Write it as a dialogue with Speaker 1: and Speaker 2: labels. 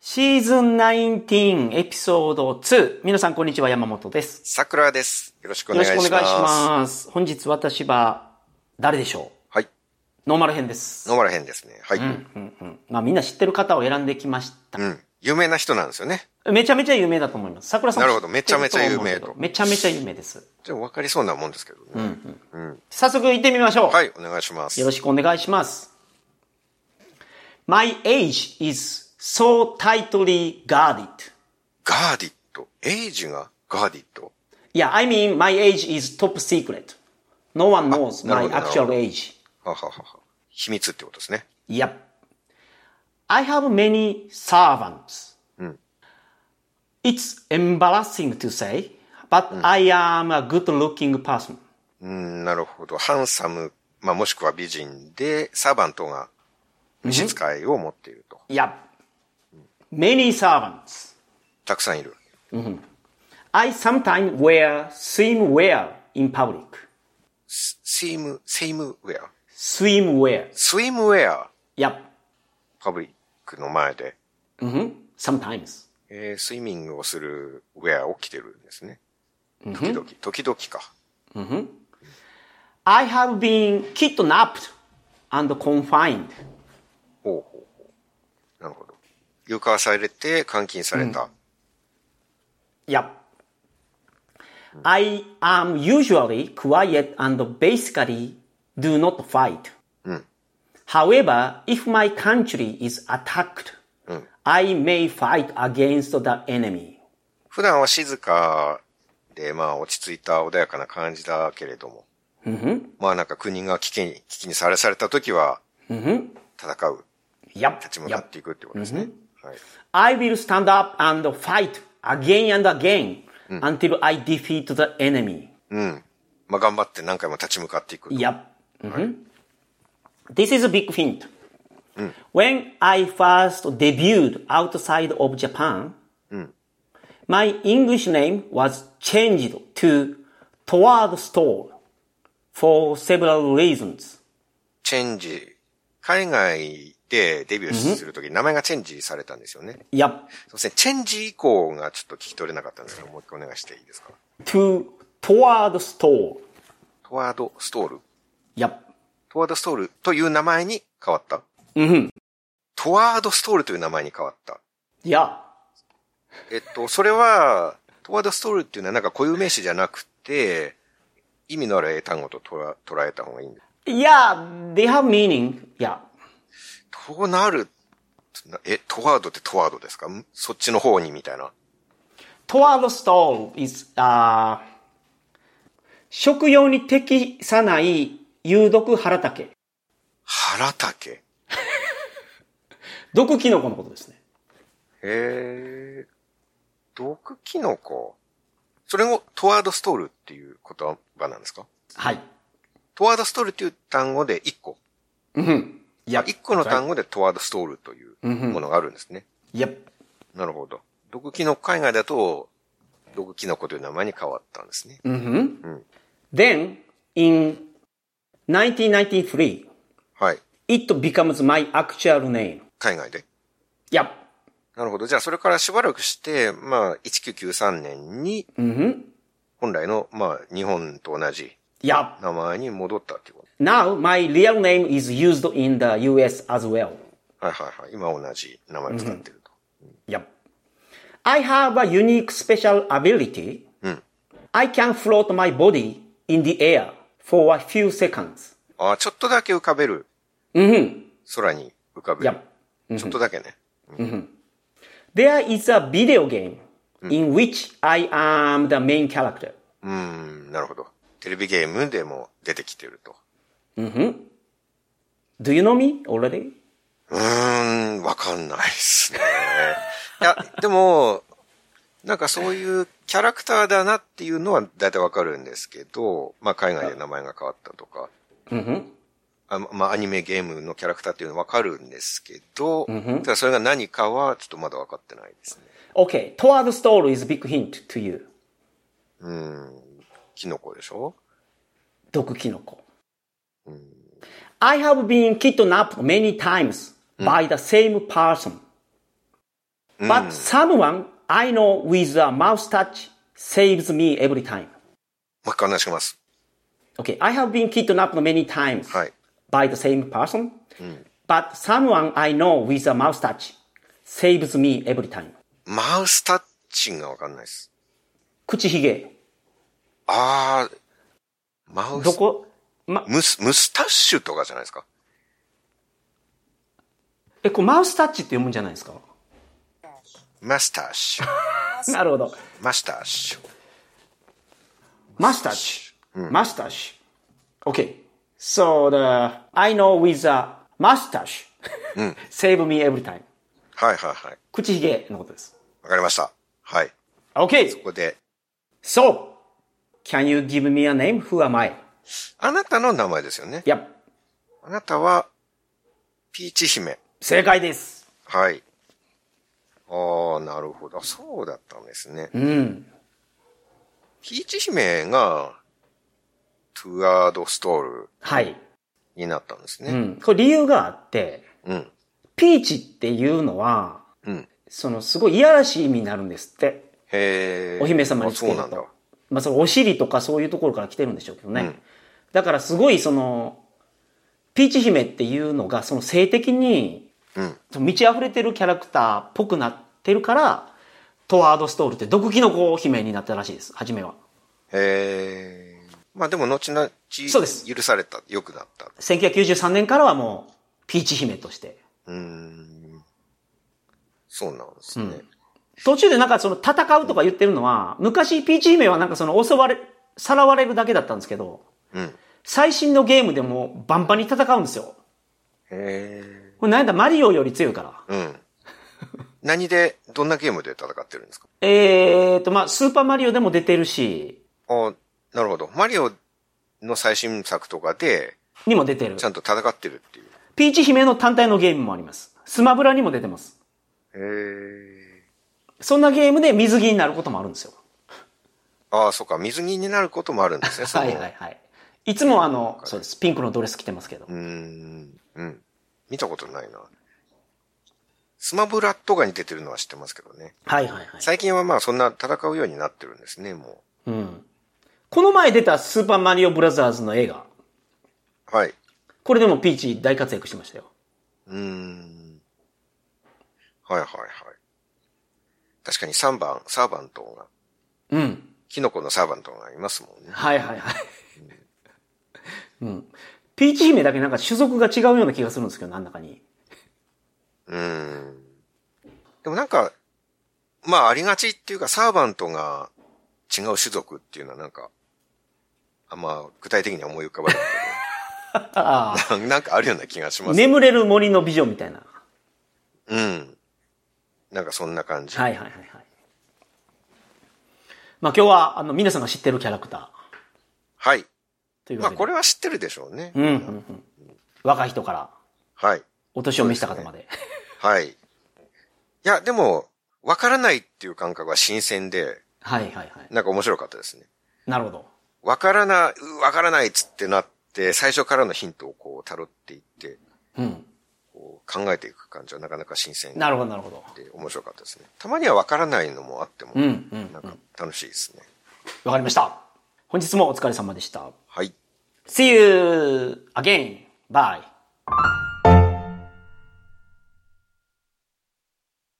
Speaker 1: シーズン19エピソード2。皆さんこんにちは、山本です。
Speaker 2: 桜です。よろしくお
Speaker 1: よろ
Speaker 2: 願い
Speaker 1: し
Speaker 2: し
Speaker 1: く
Speaker 2: ま
Speaker 1: お願
Speaker 2: す。
Speaker 1: いします。本日私は、誰でしょ
Speaker 2: はい。
Speaker 1: うノーマル編です。
Speaker 2: 野村編ですね。はい。う
Speaker 1: うん
Speaker 2: ん。、
Speaker 1: うん、うん。まあみんな知ってる方を選んできました。
Speaker 2: 有名な人なんですよね。
Speaker 1: めちゃめちゃ有名だと思います。桜さんも
Speaker 2: なるほど
Speaker 1: 知ってと思うけど
Speaker 2: めちゃめちゃ有名と
Speaker 1: めちゃめちゃ有名です。
Speaker 2: でも分かりそうなもんですけどね。うんうん。
Speaker 1: 早速行ってみましょう。
Speaker 2: はい、お願いします。
Speaker 1: よろしくお願いします。My age is so tightly guarded.
Speaker 2: ガーディット。エイジがガーディット。
Speaker 1: Yeah, I mean, my age is top secret. No one knows
Speaker 2: あな
Speaker 1: my
Speaker 2: るほどなるほ
Speaker 1: actual
Speaker 2: ど
Speaker 1: age.
Speaker 2: はははは。秘密ってことですね。
Speaker 1: Yep. I have many servants. It's embarrassing to say, but I am a good looking person.
Speaker 2: うん、なるほど。ハンサム、まあ、もしくは美人で、サーバントが、召使いを持っていると。
Speaker 1: Yep. Many servants.
Speaker 2: たくさんいる。
Speaker 1: I sometimes wear swimwear in public.
Speaker 2: スイム、セイムウェア。
Speaker 1: Swimwear.
Speaker 2: スイムウェア。
Speaker 1: Yep.
Speaker 2: パブリックの前で、
Speaker 1: hmm Sometimes.
Speaker 2: えースイミングをするウェアを着てるんですね。時々、時々か。
Speaker 1: I have been kidnapped and confined.
Speaker 2: ほうほうほう。なるほど。誘拐されて監禁された。
Speaker 1: Yep. I am usually quiet and basically do not fight. However, if my country is attacked, I may fight against the enemy.
Speaker 2: 普段は静かで、まあ落ち着いた穏やかな感じだけれども。まあなんか国が危機に、危機にさらされた時は、戦う、
Speaker 1: Yep.
Speaker 2: 立ち向かっ
Speaker 1: yep.
Speaker 2: ていくってことですね。はい。
Speaker 1: I will stand up and fight again and again until I defeat the enemy.
Speaker 2: まあ頑張って何回も立ち向かっていくと。
Speaker 1: Yep. Mhm. This is a big hint. When I first debuted outside of Japan, my English name was changed to Toward Store for several reasons.
Speaker 2: チェンジ。海外でデビューするとき、名前がチェンジされたんですよね。
Speaker 1: Yep.
Speaker 2: すいません。チェンジ以降がちょっと聞き取れなかったんですけど、もう一回お願いしていいですか。
Speaker 1: To Toward Store.
Speaker 2: トワードストール。
Speaker 1: Yep.
Speaker 2: トワードストールという名前に変わった。うん。トワードストールという名前に変わった。
Speaker 1: Yeah.
Speaker 2: えっと、それは、トワードストールっていうのはなんか固有名詞じゃなくて、意味のある英単語ととら捉えた方がいいんだ。
Speaker 1: Yeah, they have meaning. Yeah.
Speaker 2: となる、え、トワードってトワードですかんそっちの方にみたいな。
Speaker 1: Toward Store is, あー食用に適さない有毒原竹。
Speaker 2: 原竹。
Speaker 1: 毒キノコのことですね。
Speaker 2: へえ、毒キノコ。それをトワードストールっていう言葉なんですか
Speaker 1: はい。
Speaker 2: トワードストールっていう単語で1個。
Speaker 1: うん。いや、
Speaker 2: 1個の単語でトワードストールというものがあるんですね。
Speaker 1: いや、
Speaker 2: なるほど。毒キノコ海外だと、毒キノコという名前に変わったんですね。
Speaker 1: Then, in 1993,
Speaker 2: はい。
Speaker 1: it becomes my actual name.
Speaker 2: 海外で。
Speaker 1: いや、
Speaker 2: なるほど。じゃあ、それからしばらくして、まあ、1993年に、本来の、まあ、日本と同じ
Speaker 1: いや。
Speaker 2: 名前に戻ったっていうこ
Speaker 1: Now, my real name is used in the US as well.
Speaker 2: と。はいはいはい。今同じ名前を使ってると。
Speaker 1: いや。I have a unique special ability. I can float my body in the air for a few seconds.
Speaker 2: ああ、ちょっとだけ浮かべる。空に浮か
Speaker 1: い
Speaker 2: べ
Speaker 1: や
Speaker 2: る。。ちょっとだけね。
Speaker 1: There is a video game in which I am the main character.
Speaker 2: うーん、なるほど。テレビゲームでも出てきてると。
Speaker 1: Do you know me already?
Speaker 2: うーん、わかんないっ すね。いや、でも、なんかそういうキャラクターだなっていうのは大体わかるんですけど、まあ海外で名前が変わったとか、あまあアニメゲームのキャラクターっていうのはわかるんですけど、ただそれが何かはちょっとまだわかってないですね。
Speaker 1: Okay, Toward Story is a big hint to you.
Speaker 2: キノコでしょ
Speaker 1: 毒キノコ。I have been kidnapped many times by the same person. But someone I know with a mouse touch saves me every time.
Speaker 2: もう一回お願いします。
Speaker 1: Okay, I have been kidnapped many times
Speaker 2: はい。
Speaker 1: by the same person, but someone I know with a mouse touch saves me every time.
Speaker 2: マウスタッチンがわかんないです。
Speaker 1: 口ひげ。
Speaker 2: あー、マウ
Speaker 1: ど
Speaker 2: ス、
Speaker 1: こ、ま、
Speaker 2: ムス、ムスタッシュとかじゃないですか。
Speaker 1: え、これマウスタッチって読むんじゃないですか
Speaker 2: マスタッ シュ。
Speaker 1: なるほど。
Speaker 2: マスタッシュ。
Speaker 1: マスタッチ。マスタッチ。Okay. So the, I know with a mustache save me every time.
Speaker 2: はいはいはい。
Speaker 1: 口ひげのことです。
Speaker 2: わかりました。はい。
Speaker 1: Okay.
Speaker 2: ここで、
Speaker 1: So, can you give me a name? Who am I?
Speaker 2: あなたの名前ですよね。
Speaker 1: Yep.
Speaker 2: あなたは、ピーチ姫。
Speaker 1: 正解です。
Speaker 2: はい。ああ、なるほど。そうだったんですね。
Speaker 1: うん。
Speaker 2: ピーチ姫が、トゥアードストール
Speaker 1: はい。
Speaker 2: になったんです
Speaker 1: う
Speaker 2: ね。
Speaker 1: ん。これ理由があって、
Speaker 2: うん。
Speaker 1: ピーチっていうのは、
Speaker 2: うん。
Speaker 1: そのすごいいやらしい意味になるんですって。
Speaker 2: へえ。
Speaker 1: お姫様につける
Speaker 2: あそうなんだ
Speaker 1: と。。まあそのお尻とかそういうところから来てるんでしょうけどね。だからすごいその、ピーチ姫っていうのがその性的に
Speaker 2: うん。
Speaker 1: 満ち溢れてるキャラクターっぽくなってるから、トワードストールって毒キノコ姫になったらしいです、初めは。
Speaker 2: へえ。まあでも、後々、
Speaker 1: そうです
Speaker 2: 許された。良くなった。
Speaker 1: 1993年からはもう、ピーチ姫として。
Speaker 2: うーん。そうなんですね。
Speaker 1: 途中でなんかその戦うとか言ってるのは、昔ピーチ姫はなんかその襲われ、さらわれるだけだったんですけど、
Speaker 2: うん。
Speaker 1: 最新のゲームでもバンバンに戦うんですよ。
Speaker 2: へえ。
Speaker 1: これなんだマリオより強いから。
Speaker 2: うん。何で、どんなゲームで戦ってるんですか
Speaker 1: えーと、まあ、スーパーマリオでも出てるし、
Speaker 2: あなるほど。マリオの最新作とかで、
Speaker 1: にも出てる
Speaker 2: ち。ゃんと戦ってるっていう。
Speaker 1: ピーチ姫の単体のゲームもあります。スマブラにも出てます。
Speaker 2: へえ。
Speaker 1: そんなゲームで水着になることもあるんですよ。
Speaker 2: ああ、そっか。水着になることもあるんですね。その
Speaker 1: はいはいはい。いつもあの、そうです。ピンクのドレス着てますけど
Speaker 2: う。ーん。うん。見たことないな。スマブラとかに出てるのは知ってますけどね。
Speaker 1: はいはいはい。
Speaker 2: 最近はまあそんな戦うようになってるんですね、も
Speaker 1: うん。この前出たスーパーマリオブラザーズの映画。
Speaker 2: う。はい。
Speaker 1: これでもピーチ大活躍してましたよ。
Speaker 2: うーん。はいはいはい。確かに3番、サーバントが、
Speaker 1: うん。
Speaker 2: キノコのサーバントがいますもんね。
Speaker 1: はいはいはい。うん。ピーチ姫だけなんか種族が違うような気がするんですけど、なんだかに。
Speaker 2: うーん。でもなんか、まあありがちっていうか、サーバントが違う種族っていうのはなんか、あんま具体的には思い浮かばない
Speaker 1: あ
Speaker 2: けど、 なんかあるような気がし
Speaker 1: あ。
Speaker 2: ます。
Speaker 1: 眠れる森の美女みたいな。
Speaker 2: うん。なんかそんな感じ。
Speaker 1: はいはいはいはい。まあ今日は、あの、皆さんが知ってるキャラクタ
Speaker 2: はい。
Speaker 1: ーという
Speaker 2: ま
Speaker 1: わ
Speaker 2: あ
Speaker 1: けで。
Speaker 2: これは知ってるでしょうね。
Speaker 1: うんうんうん。若い人から、
Speaker 2: はい。
Speaker 1: お年を召した方まで。
Speaker 2: はい。いや、でも、わからないっていう感覚は新鮮で、
Speaker 1: はいはいはい。
Speaker 2: なんか面白かったですね。
Speaker 1: なるほど。
Speaker 2: わからな、うわからないっつってなって、最初からのヒントをこう、辿っていって、
Speaker 1: うん。
Speaker 2: こう考えていく感じはなかなか新鮮で
Speaker 1: なるほどなるほど。
Speaker 2: 面白かったですね。たまにはわからないのもあっても、
Speaker 1: うんうん。
Speaker 2: なんか楽しいですね。
Speaker 1: わかりました。本日もお疲れ様でした。
Speaker 2: はい。
Speaker 1: See you again. Bye.